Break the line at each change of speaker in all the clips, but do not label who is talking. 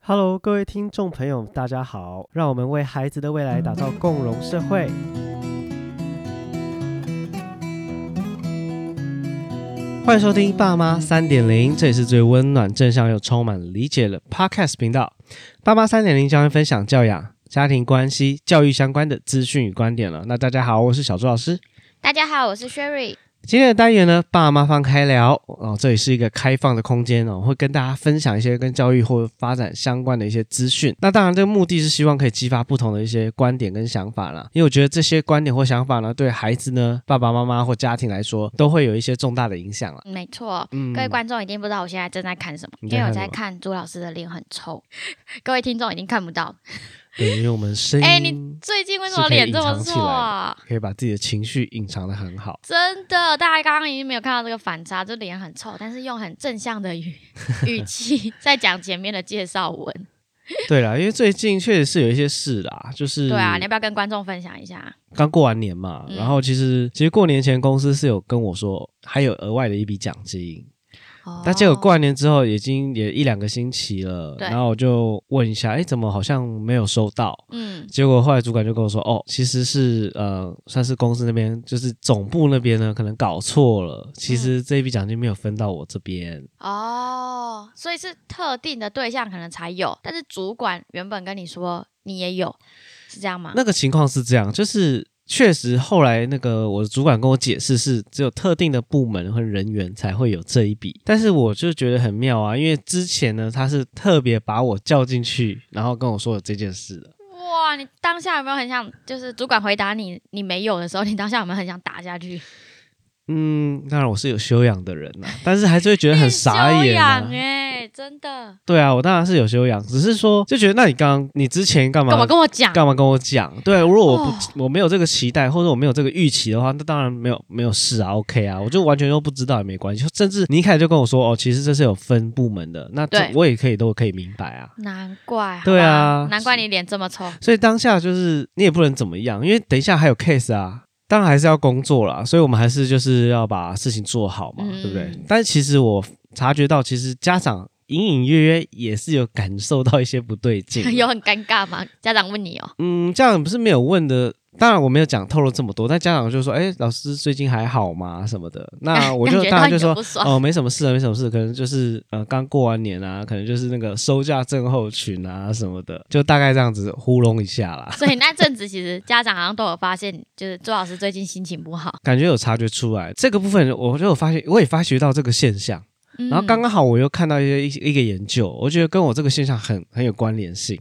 Hello，各位听众朋友，大家好！让我们为孩子的未来打造共融社会。欢迎收听《爸妈三点零》，这里是最温暖、正向又充满理解的 Podcast 频道。爸妈三点零将会分享教养、家庭关系、教育相关的资讯与观点了。那大家好，我是小朱老师。
大家好，我是 Sherry。
今天的单元呢，爸妈放开聊哦，这里是一个开放的空间哦，会跟大家分享一些跟教育或发展相关的一些资讯。那当然，这个目的是希望可以激发不同的一些观点跟想法啦，因为我觉得这些观点或想法呢，对孩子呢、爸爸妈妈或家庭来说，都会有一些重大的影响啦。
没错，
嗯
各位观众一定不知道我现在正在看什么，
你
因
在看
为我
什么
在看朱老师的脸很臭， 各位听众已经看不到。
对，因为我们声
哎
音
最近为什么脸这么
是可以隐藏
臭
起来
啊？
可以把自己的情绪隐藏的很好。
真的，大家刚刚已经没有看到这个反差，就脸很臭，但是用很正向 的语语气在讲前面的介绍文。
对啦，因为最近确实是有一些事啦，就是
对啊，你要不要跟观众分享一下？
刚过完年嘛，
嗯
然后其实其实过年前公司是有跟我说还有额外的一笔奖金，
哦
但结果过完年之后已经也一两个星期了，
对
然后我就问一下，哎，怎么好像没有收到？
嗯，
结果后来主管就跟我说，哦，其实是呃，算是公司那边就是总部那边呢，可能搞错了，其
嗯
实这一笔奖金没有分到我这边，
哦，所以是特定的对象可能才有，但是主管原本跟你说你也有，是这样吗？
那个情况是这样，就是确实后来那个我的主管跟我解释是，只有特定的部门和人员才会有这一笔，但是我就觉得很妙啊，因为之前呢他是特别把我叫进去，然后跟我说有这件事的。
哇，你当下有没有很想，就是主管回答你你没有的时候，你当下有没有很想打下去？
嗯，当然我是有修养的人呐、但是还是会觉得 很傻
修
眼、
养
啊。
哎、真的，
对啊，我当然是有修养，只是说就觉得，那你刚刚你之前干嘛
干嘛跟我讲？
干嘛跟我讲？对，如果我不、
哦
我没有这个期待，或者我没有这个预期的话，那当然没有没有事啊，OK
嗯
啊，我就完全都不知道也没关系。甚至你一开始就跟我说，哦，其实这是有分部门的，那这
对
我也可以都可以明白啊。
难怪，好吧
对啊
难怪你脸这么臭。
所以当下就是你也不能怎么样，因为等一下还有 case 啊，当然还是要工作啦，所以我们还是就是要把事情做好嘛，
嗯
对不对？但其实我察觉到，其实家长隐隐约约也是有感受到一些不对劲的，
有很尴尬吗？家长问你哦，
嗯，家长不是没有问的，当然我没有讲透露这么多，但家长就说：“哎、老师最近还好吗？什么的。” 那我就
感觉
当
到
然
你
就说
很不：“爽，
哦，没什么事啊，没什么事，可能就是呃刚过完年啊，可能就是那个收假症候群啊什么的，就大概这样子糊弄一下啦。”
所以那阵子其实家长好像都有发现，就是朱老师最近心情不好。
感觉有察觉出来这个部分，我就有发现，我也发觉到这个现象。
嗯、
然后刚刚好我又看到一些一一个研究，我觉得跟我这个现象很很有关联性。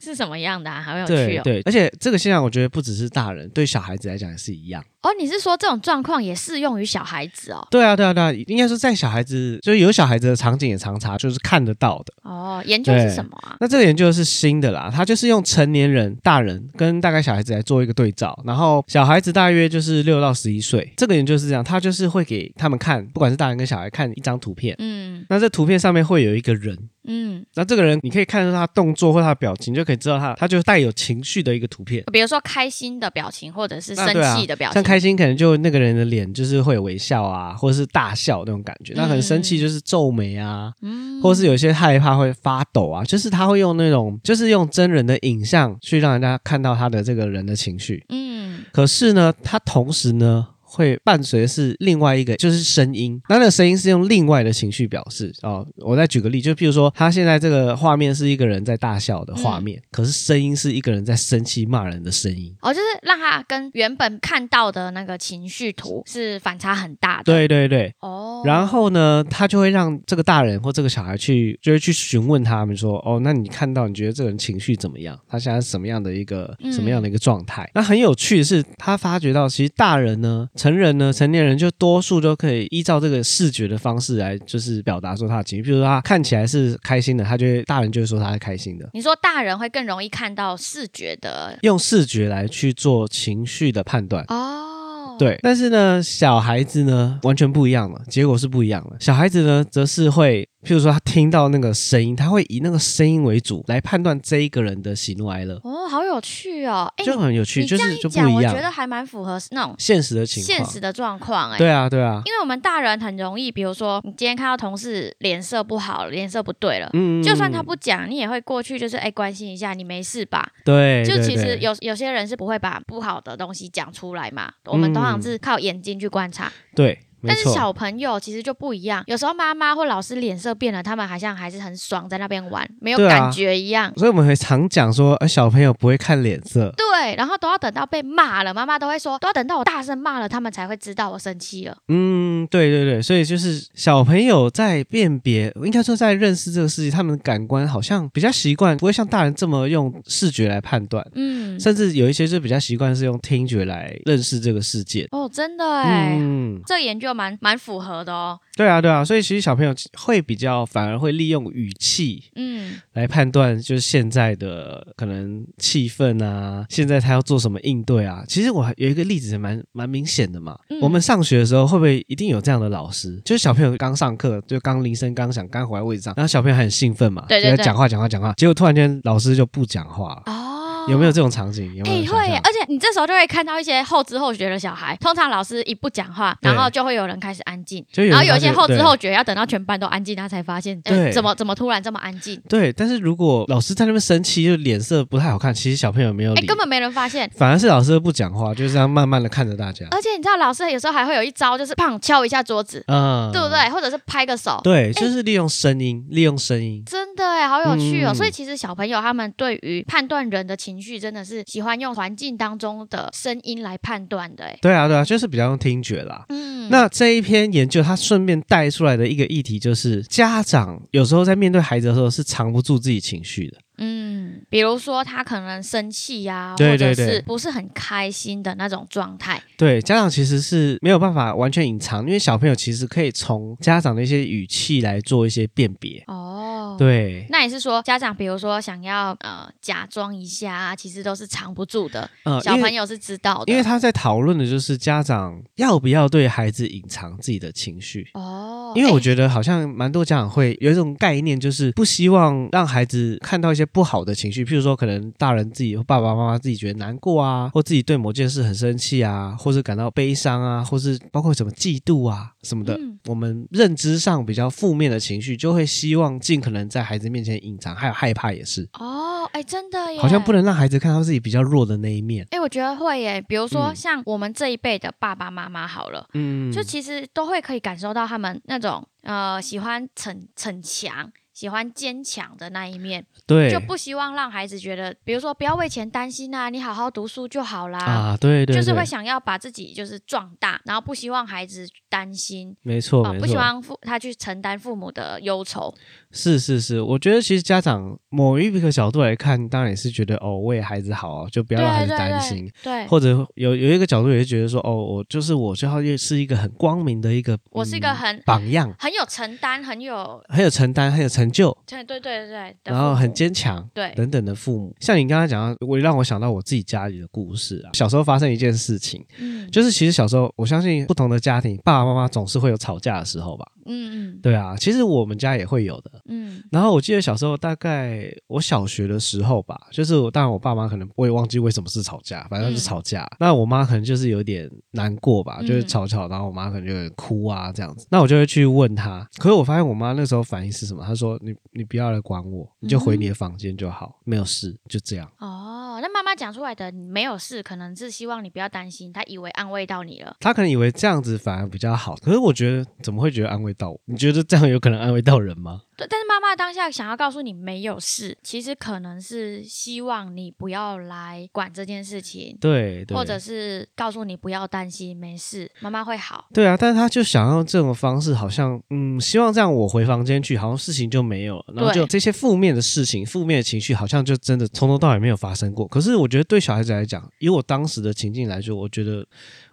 是什么样的、啊？好有趣
对
哦。
对，而且这个现象我觉得不只是大人，对小孩子来讲也是一样。
哦，你是说这种状况也适用于小孩子哦？
对啊，对啊，对啊，应该说在小孩子，就是有小孩子的场景也常查，就是看得到的。
哦，研究是
对
什么啊？
那这个研究是新的啦，它就是用成年人、大人跟大概小孩子来做一个对照，然后小孩子大约就是六到十一岁。这个研究是这样，它就是会给他们看，不管是大人跟小孩看一张图片，
嗯
那这图片上面会有一个人。
嗯，
那这个人，你可以看到他动作或他的表情，就可以知道他，他就带有情绪的一个图片。
比如说开心的表情，或者是生
那对啊
气的表情，
像开心，可能就那个人的脸就是会有微笑啊，或者是大笑那种感觉。那可能生气就是皱眉啊，
嗯
或是有些害怕会发抖啊，就是他会用那种，就是用真人的影像去让人家看到他的这个人的情绪。
嗯，
可是呢，他同时呢会伴随的是另外一个，就是声音。那那个声音是用另外的情绪表示哦。我再举个例，就譬如说，他现在这个画面是一个人在大笑的画面，可是声音是一个人在生气骂人的声音。
哦，就是让他跟原本看到的那个情绪图是反差很大的。，
对对对，
哦，
然后呢，他就会让这个大人或这个小孩去，就会去询问他们说，哦，那你看到你觉得这个人情绪怎么样？他现在是什么样的一个、
嗯
什么样的一个状态？那很有趣的是，他发觉到其实大人呢、成人呢、成年人就多数都可以依照这个视觉的方式来，就是表达说他的情绪。比如说他看起来是开心的，他就会大人就会说他是开心的。
你说大人会更容易看到视觉的
用视觉来去做情绪的判断，
哦，，
对，但是呢，小孩子呢完全不一样了，结果是不一样了。小孩子呢，则是会譬如说他听到那个声音，他会以那个声音为主来判断这一个人的喜怒哀乐，
哦，好有趣哦！哎、
就很有趣，
你
就
这样
是
一
就不
讲，
一
我
样
觉。得还蛮符合那种
现实的情
现
况，
实的状况哎。
对啊，对啊，
因为我们大人很容易，比如说你今天看到同事脸色不好，脸色不对了，
嗯，
就算他
嗯
不讲，你也会过去，就是哎、关心一下，你没事吧？
对，
就
对
其实
对
有有些人是不会把不好的东西讲出来嘛，我们通常是靠眼睛去观察，
对，嗯没
但是
错，
小朋友其实就不一样，有时候妈妈或老师脸色变了，他们好像还是很爽，在那边玩，没有
对啊
感觉一样。
所以我们会常讲说，呃，小朋友不会看脸色，
对，然后都要等到被骂了，妈妈都会说，都要等到我大声骂了，他们才会知道我生气了。
嗯，对对对，所以就是小朋友在辨别，应该说在认识这个事情，他们的感官好像比较习惯，不会像大人这么用视觉来判断，
嗯，
甚至有一些就比较习惯是用听觉来认识这个世界。
哦，真的哎，
嗯，
这个研究蛮蛮符合的哦。
对啊，对啊，所以其实小朋友会比较，反而会利用语气
嗯，
来判断，就是现在的可能气氛啊，现在他要做什么应对啊。其实我还有一个例子蛮蛮明显的嘛，
嗯
我们上学的时候会不会一定有这样的老师？就是小朋友刚上课，就刚铃声刚响，刚回来位置上，然后小朋友很兴奋嘛，
对对
就在
对
讲话讲话讲话，结果突然间老师就不讲话了，
哦，
有没有这种场景？有没
哎、
有想
会耶，
象？
而且你这时候就会看到一些后知后觉的小孩。通常老师一不讲话，
对
然后就会有人开始安静，
就有人
然后有一些
发现
后知
对
后觉，要等到全班都安静，他才发现，呃，
对
怎么怎么突然这么安静？
对，但是如果老师在那边生气，就脸色不太好看，其实小朋友没有
哎、
理，
根本没人发现。
反而是老师不讲话，就是这样慢慢的看着大家，
而且你知道，老师有时候还会有一招，就是砰敲一下桌子，
嗯，
对不？对？或者是拍个手，
对，就是利用声音，利用声音。
真的哎，好有趣哦！
嗯
所以其实小朋友他们对于判断人的情绪，真的是喜欢用环境当中的声音来判断的哎。
对啊，对啊，就是比较用听觉啦。
嗯，
那这一篇研究，它顺便带出来的一个议题就是，家长有时候在面对孩子的时候是藏不住自己情绪的。
嗯，比如说他可能生气呀、
对对
或者
对
是不是很开心的那种状态。
对，家长其实是没有办法完全隐藏，因为小朋友其实可以从家长的一些语气来做一些辨别。
哦，，
对，
那也是说家长，比如说想要呃假装一下啊，其实都是藏不住的，
呃，
小
因
朋
为
友是知道的。
因为他在讨论的就是家长要不要对孩子隐藏自己的情绪。
哦，
因为
哎
我觉得好像蛮多家长会有一种概念，就是不希望让孩子看到一些不好的情绪，譬如说可能大人自己爸爸妈妈自己觉得难过啊，或自己对某件事很生气啊，或是感到悲伤啊，或是包括什么嫉妒啊什么的。
嗯
我们认知上比较负面的情绪，就会希望尽可能在孩子面前隐藏，还有害怕也是，
哦，哎，真的耶，
好像不。能让孩子看到自己比较弱的那一面。
哎，我觉得会耶，比如说
嗯
像我们这一辈的爸爸妈妈好了，
嗯，
就其实都会可以感受到他们那种呃喜欢逞逞强、喜欢坚强的那一面，
对
就不希望让孩子觉得，比如说不要为钱担心啊，你好好读书就好啦，
啊，对对对，
就是会想要把自己就是壮大，然后不希望孩子担心。
没错、
啊，
哦没
不
错，
希望父他去承担父母的忧愁，
是是是，我觉得其实家长某一个角度来看，当然也是觉得哦，为孩子好，就不
对
要让孩
对
子担心。
对对，
或者有有一个角度也是觉得说，哦，我就是我，就要是一个很光明的一个，
我是一个
嗯
很
榜样，
很有承担、很有
很有承担，很有成就，
对对对对，的
然后
父
很
母
坚强，
对
等等的父母。像你刚刚讲到，我让我想到我自己家里的故事啊，小时候发生一件事情，
嗯
就是其实小时候，我相信不同的家庭，爸爸妈妈总是会有吵架的时候吧？
嗯嗯
对啊，其实我们家也会有的。
嗯
然后我记得小时候，大概我小学的时候吧，就是我当然我爸妈可能我也忘记为什么是吵架，反正就是吵架。那我妈可能就是有点难过吧，
嗯
就是吵吵，然后我妈可能就有点哭啊这样子。那我就会去问她，可是我发现我妈那时候反应是什么？她说：“你你不要来管我，你就
嗯
回你的房间就好，没有事，就这样。”
哦，那妈妈讲出来的你没有事，可能是希望你不要担心，她以为安慰到你了。
她可能以为这样子反而比较好，可是我觉得怎么会觉得安慰到我？你觉得这样有可能安慰到人吗？
对，但是妈妈当下想要告诉你没有事，其实可能是希望你不要来管这件事情，
对，对
或者是告诉你不要担心，没事，妈妈会好。
对啊，但是他就想用这种方式，好像嗯，希望这样我回房间去，好像事情就没有了，然后就
对
这些负面的事情、负面的情绪，好像就真的从头到尾没有发生过。可是我觉得对小孩子来讲，以我当时的情境来说，我觉得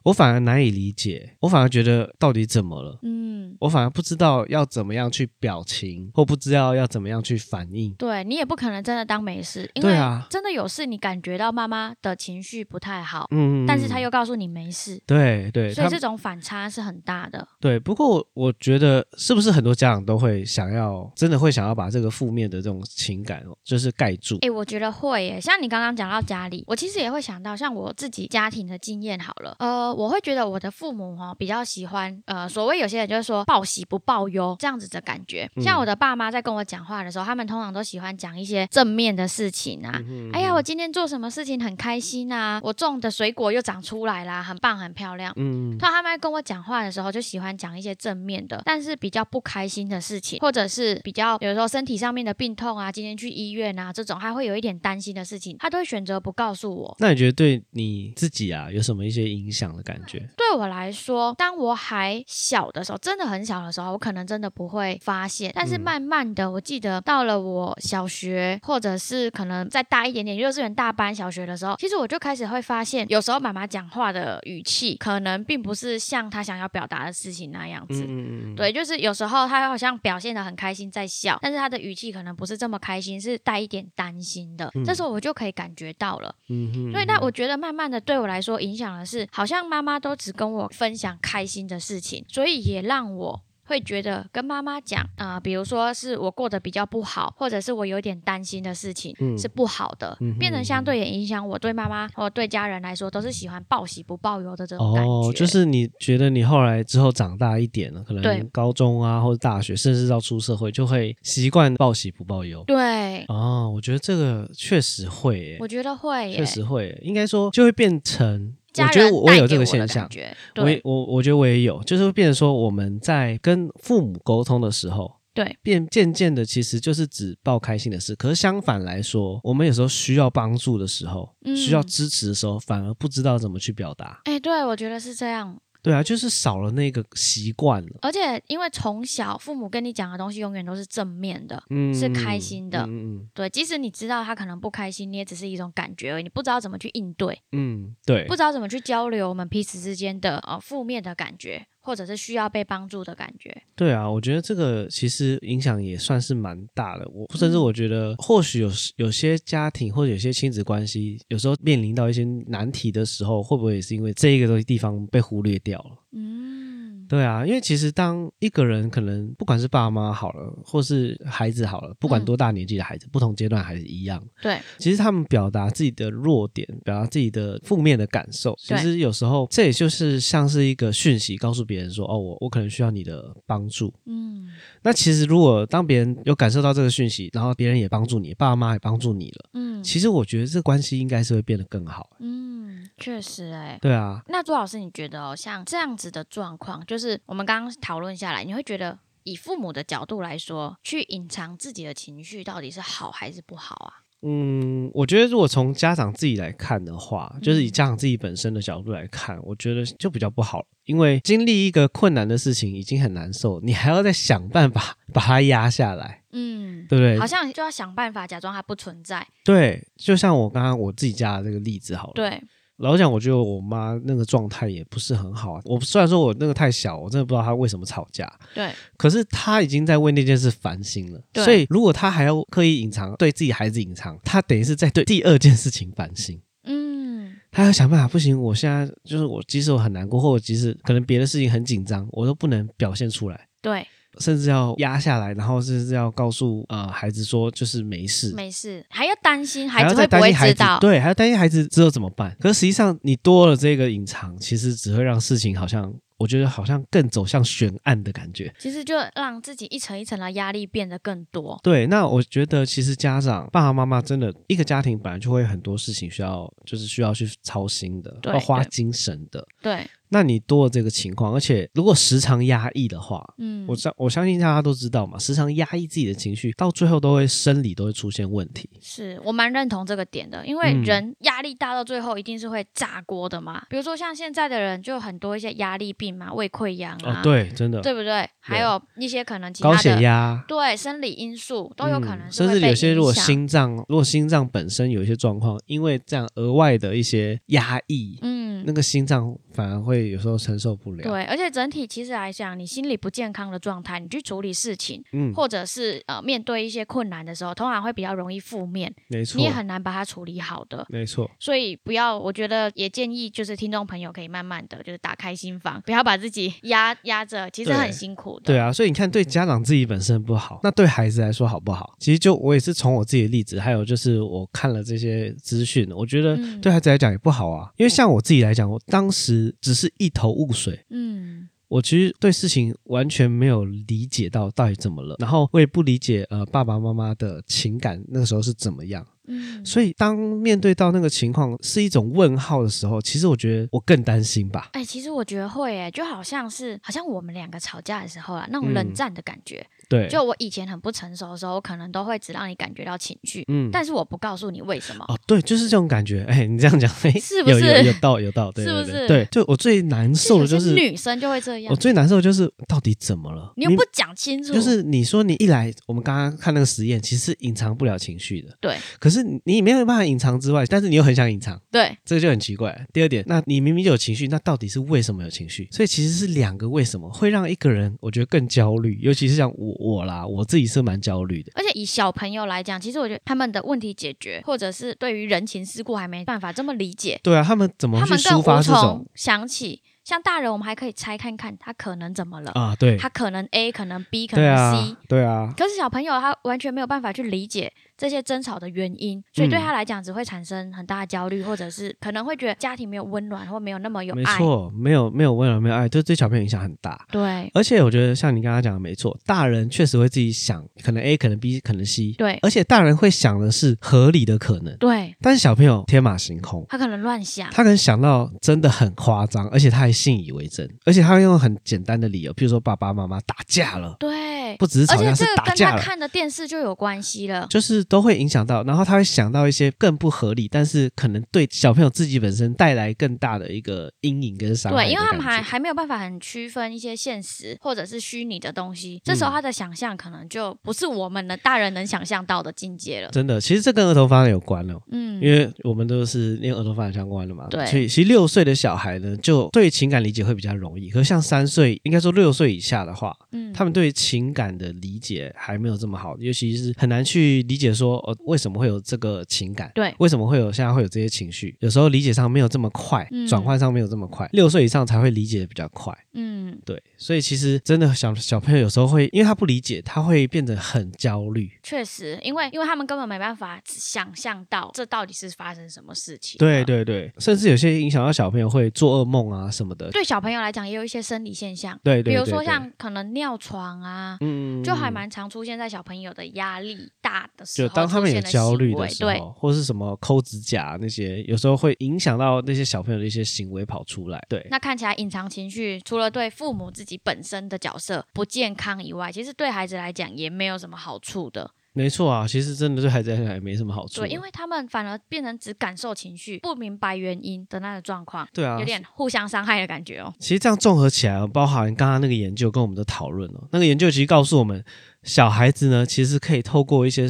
我我反而难以理解，我反而觉得到底怎么了？
嗯，
我反而不知道要怎么样去表情，或不知道要怎么样去反应。
对你也不可能真的当没事，因
对
为
啊
真的有事，你感觉到妈妈的情绪不太好，
嗯，
但是他又告诉你没事，
对对，
所以
他
这种反差是很大的。
对。不过我觉得是不是很多家长都会想要，真的会想要把这个负面的这种情感哦，就是盖住。
诶，我觉得会耶。像你刚刚讲到家里，我其实也会想到像我自己家庭的经验好了。呃，我会觉得我的父母哦比较喜欢呃，所谓有些人就是说报喜不报忧这样子的感觉。
嗯
像我的爸妈在跟我讲话的时候，他们通常都喜欢讲一些正面的事情
嗯
啊。哎呀，我今天做什么事情很开心啊！我种的水果又长出来啦，很棒，很漂亮。
嗯，
他他们在跟我讲话的时候，就喜欢讲一些正面的，但是比较不开心的事情，或者是比较有时候身体上面的病痛啊，今天去医院啊这种，他会有一点担心的事情，他都会选择不告诉我。
那你觉得对你自己啊有什么一些影响的感觉？
对我来说，当我还小的时候，真的很小的时候，我可能真的不会发现。但是
嗯
慢慢的，我记得到了我小学，或者是可能再大一点点，幼稚园大班、小学的时候，其实我就开始会发现，有时候妈妈讲话的语气，可能并不是像她想要表达的事情那样子。
嗯嗯，
对，就是有时候她好像表现的很开心，在笑，但是她的语气可能不是这么开心，是带一点担心的。
嗯
这时候我就可以感觉到了。
嗯哼
对，那我觉得慢慢的对我来说影响的是，好像妈妈都只跟我分享开心的事情，所以也让我。会觉得跟妈妈讲啊、呃比如说是我过得比较不好，或者是我有点担心的事情、
嗯
是不好的，
嗯哼
变成
嗯哼
相对也影响我对妈妈或对家人来说都是喜欢报喜不报忧的这种感觉。
哦，就是你觉得你后来之后长大一点了，可
对
能高中啊或者大学，甚至到出社会，就会习惯报喜不报忧。
对，
哦，我觉得这个确实会耶，
我觉得会耶，
确实会耶，应该说就会变成。我
家
觉得
人
我
带
有
给
这个
我的
现
感
象，
觉，
我也
对
我我觉得我也有，就是会变成说我们在跟父母沟通的时候，
对，
变渐渐的其实就是只报开心的事。可是相反来说，我们有时候需要帮助的时候，
嗯
需要支持的时候，反而不知道怎么去表达。
哎，对我觉得是这样。
对啊，就是少了那个习惯了。
而且因为从小父母跟你讲的东西永远都是正面的，
嗯
是开心的
嗯
对，即使你知道他可能不开心，你也只是一种感觉而已，你不知道怎么去应对，
嗯嗯，对
不，知道怎么去交流我们彼此之间的呃负面的感觉，或者是需要被帮助的感觉。
对啊，我觉得这个其实影响也算是蛮大的。我甚至
嗯
我觉得，或许有时有些家庭或者有些亲子关系，有时候面临到一些难题的时候，会不会也是因为这一个东西地方被忽略掉了？
嗯，
对啊，因为其实当一个人可能不管是爸妈好了，或是孩子好了，不管
嗯
多大年纪的孩子，不同阶段还是一样。
对，
其实他们表达自己的弱点，表达自己的负面的感受，其
对
实有时候这也就是像是一个讯息，告诉别人说：“哦，我我可能需要你的帮助。
嗯”
那其实如果当别人有感受到这个讯息，然后别人也帮助你，爸妈也帮助你了，
嗯
其实我觉得这关系应该是会变得更好。
嗯，确实哎、
对啊，
那朱老师，你觉得哦，像这样子的状况，就是我们刚刚讨论下来，你会觉得以父母的角度来说，去隐藏自己的情绪到底是好还是不好啊？
嗯，我觉得如果从家长自己来看的话，就是以
嗯
家长自己本身的角度来看，我觉得就比较不好了，因为经历一个困难的事情已经很难受，你还要再想办法 把它压下来，
嗯，
对不对
好？像就要想办法假装它不存在。
对，就像我刚刚我自己家的这个例子好了。，
对，
老实讲，我觉得我妈那个状态也不是很好啊。我虽然说我那个太小，我真的不知道她为什么吵架，
对，
可是她已经在为那件事烦心了。
对
所以如果她还要刻意隐藏，对自己孩子隐藏，她等于是在对第二件事情烦心。
嗯，
她要想办法，不行，我现在就是我，即使我很难过，或者即使可能别的事情很紧张，我都不能表现出来，
对，
甚至要压下来，然后甚至要告诉呃孩子说就是没事，
没事，还要担心
还
孩
要
子
再
会不
担
会
心孩
知
子
道？，
对，还要担心孩子之后怎么办？可是实际上，你多了这个隐藏，其实只会让事情好像，我觉得好像更走向悬案的感觉。
其实就让自己一层一层的压力变得更多。
对，那我觉得其实家长爸爸妈妈真的一个家庭本来就会很多事情需要，就是需要去操心的，
对
要花
对
精神的。
对，
那你多了这个情况，而且如果时常压抑的话，
嗯，
我相我相信大家都知道嘛，时常压抑自己的情绪，到最后都会生理都会出现问题。
是我蛮认同这个点的，因为
嗯
人压力大到最后一定是会炸锅的嘛。比如说像现在的人就很多一些压力病嘛，胃溃疡啊，
哦，对，真的，
对不对？还有一些可能其他
高
的
血压。
对生理因素都有可能
嗯
是
甚
会
至
被影响、
有些如果心脏，如果心脏本身有一些状况，因为这样额外的一些压抑，
嗯
那个心脏反而会有时候承受不了。
对，而且整体其实来讲，你心理不健康的状态，你去处理事情，
嗯，
或者是呃面对一些困难的时候，通常会比较容易负面，
没错
你，也很难把它处理好的。
没错，
所以不要，我觉得也建议就是听众朋友可以慢慢的就是打开心房，不要把自己 压压着，其实
对
很辛苦的。
对啊，所以你看，对
嗯
家长自己本身不好，那对孩子来说好不好？其实就我也是从我自己的例子，还有就是我看了这些资讯，我觉得
嗯
对孩子来讲也不好啊。因为像我自己来讲，我当时只是一头雾水，
嗯，
我其实对事情完全没有理解到到底怎么了，然后我也不理解呃爸爸妈妈的情感那个时候是怎么样。
嗯
所以当面对到那个情况是一种问号的时候，其实我觉得我更担心吧。
哎、其实我觉得会、哎，就好像是好像我们两个吵架的时候啊，那种冷
嗯
战的感觉。
对，
就我以前很不成熟的时候，我可能都会只让你感觉到情绪，
嗯
但是我不告诉你为什么。
哦，对，就是这种感觉。哎，你这样讲，哎，
是不
有有
是
有道有道，对
是
对
不
对
是
对，就我最难受的就
有些
是，
女生就会这样
我，最难受的就是到底怎么了？
你又不讲清楚，
就是你说你一来，我们刚刚看那个实验，其实隐藏不了情绪的。
对
可是你你没有办法隐藏之外，但是你又很想隐藏，
对，
这个就很奇怪。第二点，那你明明就有情绪，那到底是为什么有情绪？所以其实是两个为什么会让一个人我觉得更焦虑，尤其是像我我啦，我自己是蛮焦虑的。
而且以小朋友来讲，其实我觉得他们的问题解决，或者是对于人情世故还没办法这么理解，
对啊，他们怎么
他
去
们更
抒
无
发这种
从想起。像大人，我们还可以猜看看他可能怎么了，
啊？对，
他可能 A，可能 B，可
对
能
啊
C。，
对啊，
可是小朋友他完全没有办法去理解这些争吵的原因，所以对
嗯
他来讲只会产生很大的焦虑，或者是可能会觉得家庭没有温暖，或没有那么有
没
爱。
错，没有没有温柔，没有爱，对对小朋友影响很大。
对
而且我觉得像你刚刚讲的没错，大人确实会自己想，可能 A，可能 B，可能 C，
对
而且大人会想的是合理的可能，
对，
但是小朋友天马行空。
他可能乱想。
他可能想到真的很夸张，而且他还信以为真，而且他会用很简单的理由，譬如说爸爸妈妈打架了，
对，
不只是
而
吵
且
架，是
这个
打
跟
架
他
了，
看的电视就有关系了。
就是都会影响到，然后他会想到一些更不合理，但是可能对小朋友自己本身带来更大的一个阴影跟伤害的感
对，因
觉。
为他们还还没有办法很区分一些现实或者是虚拟的东西，这时
嗯
候他的想象可能就不是我们的大人能想象到的境界了。
真的，其实这跟儿童发展有关哦。
嗯，
因为我们都是念儿童发展相关的嘛，
对
所以其实六岁的小孩呢，就对情感理解会比较容易。可是像三岁，应该说六岁以下的话，
嗯
他们对情感的理解还没有这么好，尤其是很难去理解说，哦，为什么会有这个情感？
对
为什么会有现在会有这些情绪？有时候理解上没有这么快，
嗯
转换上没有这么快，六岁以上才会理解的比较快。
嗯，
对，所以其实真的小小朋友有时候会，因为他不理解，他会变得很焦虑。
确实，因为因为他们根本没办法想象到这到底是发生什么事情。
对。对对，甚至有些影响到小朋友会做噩梦啊什么的。
对小朋友来讲，也有一些生理现象，
对对对，
比如说
对
像可能尿床啊，
嗯，
就还
嗯。嗯
蛮常出现在小朋友的压力大的时
就
候
当他们有
出现的
焦虑
行
的
为
时
对
候，或是什么抠指甲那些，有时候会影响到那些小朋友的一些行为跑出来。对，
那看起来隐藏情绪，除了对父母自己本身的角色不健康以外，其实对孩子来讲也没有什么好处的。
没错啊，其实真的对孩子来讲也没什么好处。
对，因为他们反而变成只感受情绪，不明白原因的那个状况，
对啊
有，点互相伤害的感觉哦。
其实这样综合起来，包含刚刚那个研究跟我们的讨论哦，那个研究其实告诉我们，小孩子呢其实可以透过一些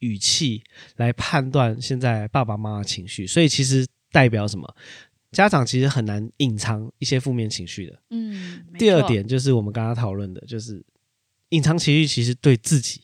语气来判断现在爸爸妈妈的情绪，所以其实代表什么？家长其实很难隐藏一些负面情绪的。
嗯，没
第二
错
点就是我们刚刚讨论的，就是隐藏情绪其实对自己，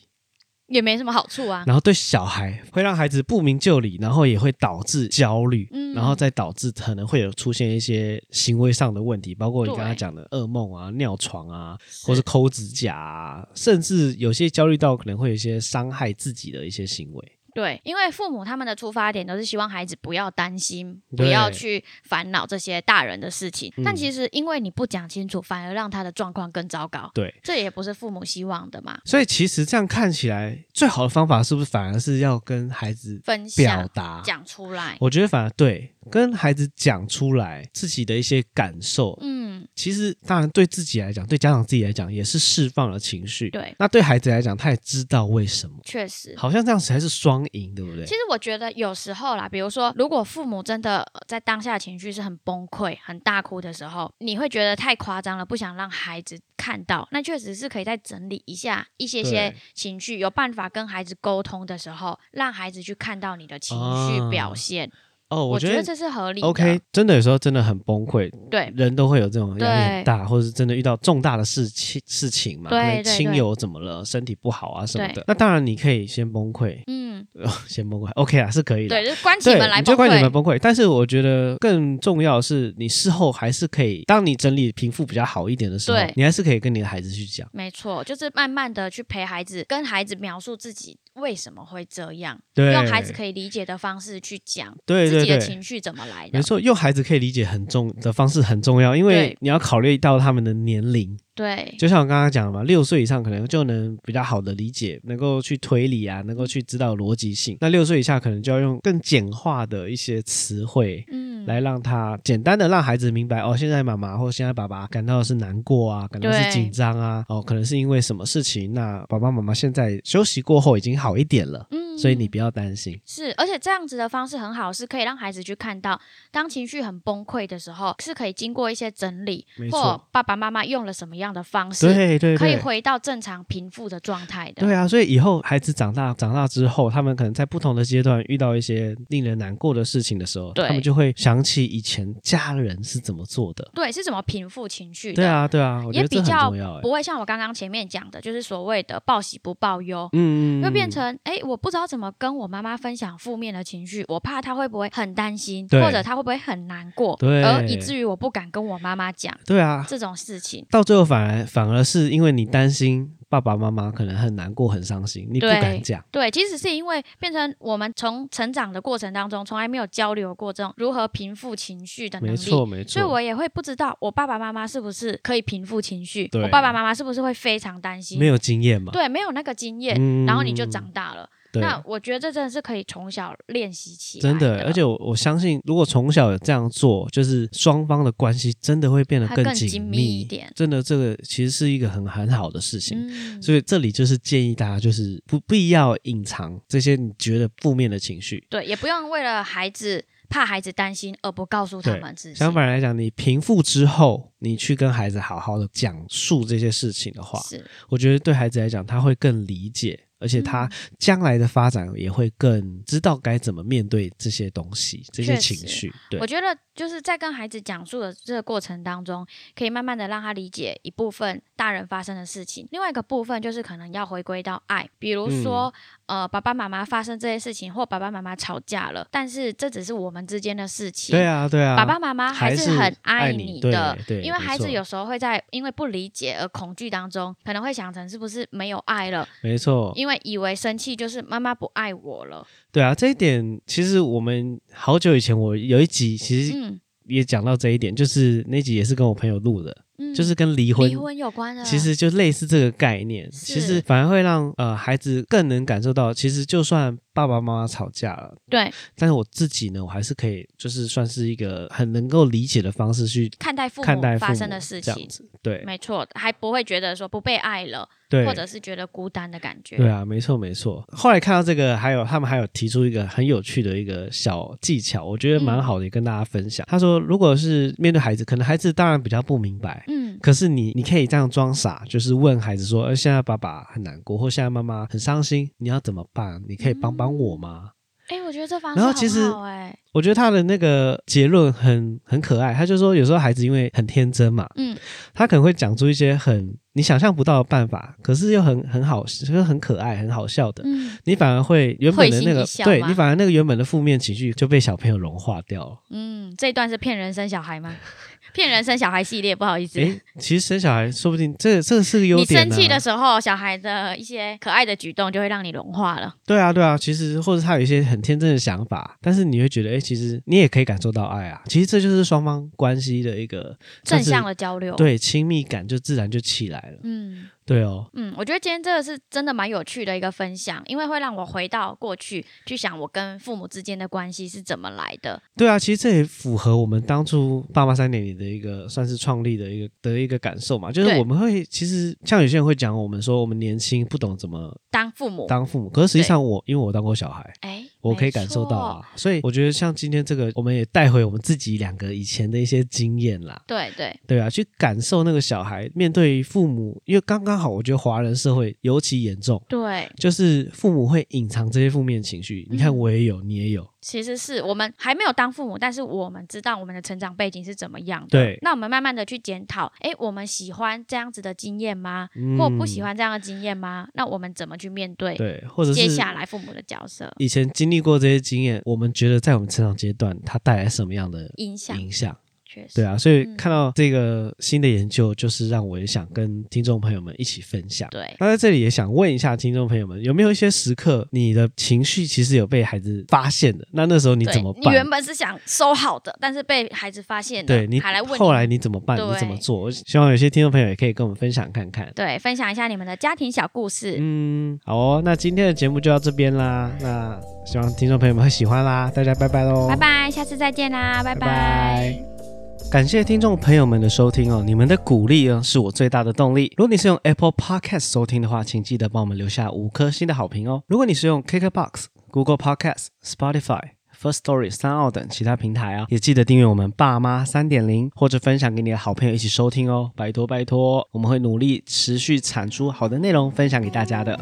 也没什么好处啊。
然后对小孩会让孩子不明就里，然后也会导致焦虑，
嗯
然后再导致可能会有出现一些行为上的问题，包括你刚刚
对
讲的噩梦啊、尿床啊，或是抠指甲啊，甚至有些焦虑到可能会有一些伤害自己的一些行为。
对，因为父母他们的出发点都是希望孩子不要担心，不
对
要去烦恼这些大人的事情。
嗯
但其实因为你不讲清楚，反而让他的状况更糟糕，
对，
这也不是父母希望的嘛。
所以其实这样看起来，最好的方法是不是反而是要跟孩子
分享
表达？
讲出来。
我觉得反而对，跟孩子讲出来自己的一些感受，
嗯，
其实当然对自己来讲，对家长自己来讲也是释放了情绪。
对，
那对孩子来讲，他也知道为什么，
确实。
好像这样才是双赢，对不对
其？实我觉得有时候啦，比如说，如果父母真的呃在当下情绪是很崩溃、很大哭的时候，你会觉得太夸张了，不想让孩子看到，那确实是可以再整理一下一些些
对
情绪，有办法跟孩子沟通的时候，让孩子去看到你的情绪
啊
表现。
哦，
我
觉得
这是合理的。
OK，真的有时候真的很崩溃，
对
人都会有这种压力
对
很大，或者是真的遇到重大的事情事情嘛，可
对
能
对对
亲友怎么了，身体不好啊什么的
对。
那当然你可以先崩溃，
嗯，
先崩溃，OK 啊，是可以的。
对，就是关起
对，
门来
你
崩
就怪你们
溃。
崩溃。但是我觉得更重要的是，你事后还是可以，当你整理平复比较好一点的时候
对，
你还是可以跟你的孩子去讲。
没错，就是慢慢的去陪孩子，跟孩子描述自己为什么会这样，
对，
用孩子可以理解的方式去讲
对
自
对
己的
对。
情绪怎么来的
没。错，用孩子可以理解很重的方式很重要，因为
对
你要考虑到他们的年
嗯
龄，
对，
就像我刚刚讲的嘛，六岁以上可能就能比较好的理解，能够去推理啊，能够去知道逻辑性。那六岁以下可能就要用更简化的一些词汇，
嗯，
来让他简单的让孩子明白哦，现在妈妈或现在爸爸感到的是难过啊，感到是
对
紧张啊，哦，可能是因为什么事情。那爸爸妈妈现在休息过后已经好一点了，
嗯，
所以你不要担心。
是，而且这样子的方式很好，是可以让孩子去看到，当情绪很崩溃的时候，是可以经过一些整理
没，
或
错
爸爸妈妈用了什么样的方式，
对对
可以
对。
回到正常平复的状态的。
对啊，所以以后孩子长大长大之后，他们可能在不同的阶段遇到一些令人难过的事情的时候，
对
他们就会想起以前家人是怎么做的。
对是怎么平复情绪的？
对啊，对啊，我觉
也
得这
比
很
较
重要、欸。
不会像我刚刚前面讲的，就是所谓的报喜不报忧。
嗯，嗯
会变
嗯
成哎，诶我不知道怎么跟我妈妈分享负面的情绪，我怕她会不会很担心，
对
或者她会不会很难过，
对
而以至于我不敢跟我妈妈讲
对啊，
这种事情。
到最后反而反而是因为你担心爸爸妈妈可能很难过、很伤心，你不
对
敢讲。
对，其实是因为变成我们从成长的过程当中，从来没有交流过这种如何平复情绪的能
没
力。
错，没错。
所以我也会不知道我爸爸妈妈是不是可以平复情绪，
对
我爸爸妈妈是不是会非常担心，
没有经验嘛，
对，没有那个经验，
嗯
然后你就长大了。
对
那我觉得这真的是可以从小练习起来
真
的
的，，而且我我相信，如果从小有这样做，就是双方的关系真的会变得
它更
紧
紧密一点
真的，这个其实是一个很很好的事情。
嗯，
所以这里就是建议大家，就是不必要隐藏这些你觉得负面的情绪。
对，也不用为了孩子怕孩子担心而不告诉他
对
们自己。
相反来讲，你平复之后，你去跟孩子好好的讲述这些事情的话，
是
我觉得对孩子来讲，他会更理解，而且他
嗯
将来的发展也会更知道该怎么面对这些东西、这些
确
情
实
绪。对
我，觉得就是在跟孩子讲述的这个过程当中，可以慢慢的让他理解一部分大人发生的事情，另外一个部分就是可能要回归到爱，比如说、
嗯
呃爸爸妈妈发生这些事情，或爸爸妈妈吵架了，但是这只是我们之间的事情。
对啊，对啊，
爸爸妈妈
还
是
是
很
爱你
你的
对对，
因为
没
孩
错
子有时候会在因为不理解而恐惧当中，可能会想成是不是没有爱了，
没错，
因为以为生气就是妈妈不爱我了。
对啊，这一点其实我们好久以前我有一集其实
嗯
也讲到这一点，就是那集也是跟我朋友录的，
嗯，
就是跟离婚
离婚有关的，
其实就类似这个概念，
是
其实反而会让呃孩子更能感受到，其实就算爸爸妈妈吵架了，
对
但是我自己呢，我还是可以就是算是一个很能够理解的方式去
看待父
看待
母
父
发生
母
的事
这样
情，
子，对
没错，还不会觉得说不被爱了，
对
或者是觉得孤单的感觉。
对啊，没错没错。后来看到这个，还有他们还有提出一个很有趣的一个小技巧，我觉得蛮好的，也跟大家分享。他说，如果是面对孩子，可能孩子当然比较不明白。
嗯，
可是你，你可以这样装傻，就是问孩子说：“呃，现在爸爸很难过，或现在妈妈很伤心，你要怎么办？你可以帮帮我吗
哎，我觉得这方式
然后其实
很好哎，？”
我觉得他的那个结论很很可爱，他就说有时候孩子因为很天真嘛，
嗯，
他可能会讲出一些很你想象不到的办法，可是又很很好，就是很可爱、很好笑的。
嗯
你反而会原本的那
会心
个
一，笑
对
吗
你反而那个原本的负面情绪就被小朋友融化掉了。
嗯，这一段是骗人生小孩吗？ 骗人生小孩系列，不好意思。
诶，其实生小孩说不定这这是个优
你
点、啊。
生气的时候，小孩的一些可爱的举动就会让你融化了。
对啊对啊，其实或者他有一些很天真的想法，但是你会觉得，诶，其实你也可以感受到爱啊。其实这就是双方关系的一个
正向
的
的交流。，
对亲密感就自然就起来了。
嗯
对哦，
嗯，我觉得今天这个是真的蛮有趣的一个分享，因为会让我回到过去去想我跟父母之间的关系是怎么来的。
对啊，其实这也符合我们当初《爸妈三点零》的一个算是创立的一个的一个感受嘛，就是
对
我们会其实像有些人会讲我们说我们年轻不懂怎么
当父母，
当父母，可是实际上我因为我当过小孩，
哎，
我可以感受到啊。所以我觉得像今天这个，我们也带回我们自己两个以前的一些经验啦。
对对，
对啊，去感受那个小孩面对父母，因为刚刚好，我觉得华人社会尤其严重，
对，
就是父母会隐藏这些负面情绪。你看，
嗯
我也有，你也有，
其实是我们还没有当父母，但是我们知道我们的成长背景是怎么样的。
对
那我们慢慢的去检讨，诶，我们喜欢这样子的经验吗？
嗯
或不喜。欢这样的经验吗？那我们怎么去面对
对，或者是
接下来父母的角色
以前经历过这些经验，我们觉得在我们成长阶段，它带来什么样的
影响？
影响？
确实，
对啊，所以
嗯
看到这个新的研究，就是让我也想跟听众朋友们一起分享。
对
那在这里也想问一下听众朋友们，有没有一些时刻你的情绪其实有被孩子发现的？那那时候你
对，
怎么
你原
办？
本是想收好的，但是被孩子发现了，
对你
还来问你
后来你怎么办？
对
你怎么做？我希望有些听众朋友也可以跟我们分享看看。
对分享一下你们的家庭小故事。
嗯，好哦，那今天的节目就到这边啦。那希望听众朋友们会喜欢啦，大家拜拜喽，
拜拜，下次再见啦，拜
拜拜感谢听众朋友们的收听哦，你们的鼓励呢是我最大的动力。如果你是用 Apple Podcast 收听的话，请记得帮我们留下五颗星的好评哦。如果你是用 KKBox、Google Podcast、Spotify。First Story、三奥等其他平台啊，也记得订阅我们爸妈三点零，或者分享给你的好朋友一起收听哦，拜托拜托，我们会努力持续产出好的内容分享给大家的。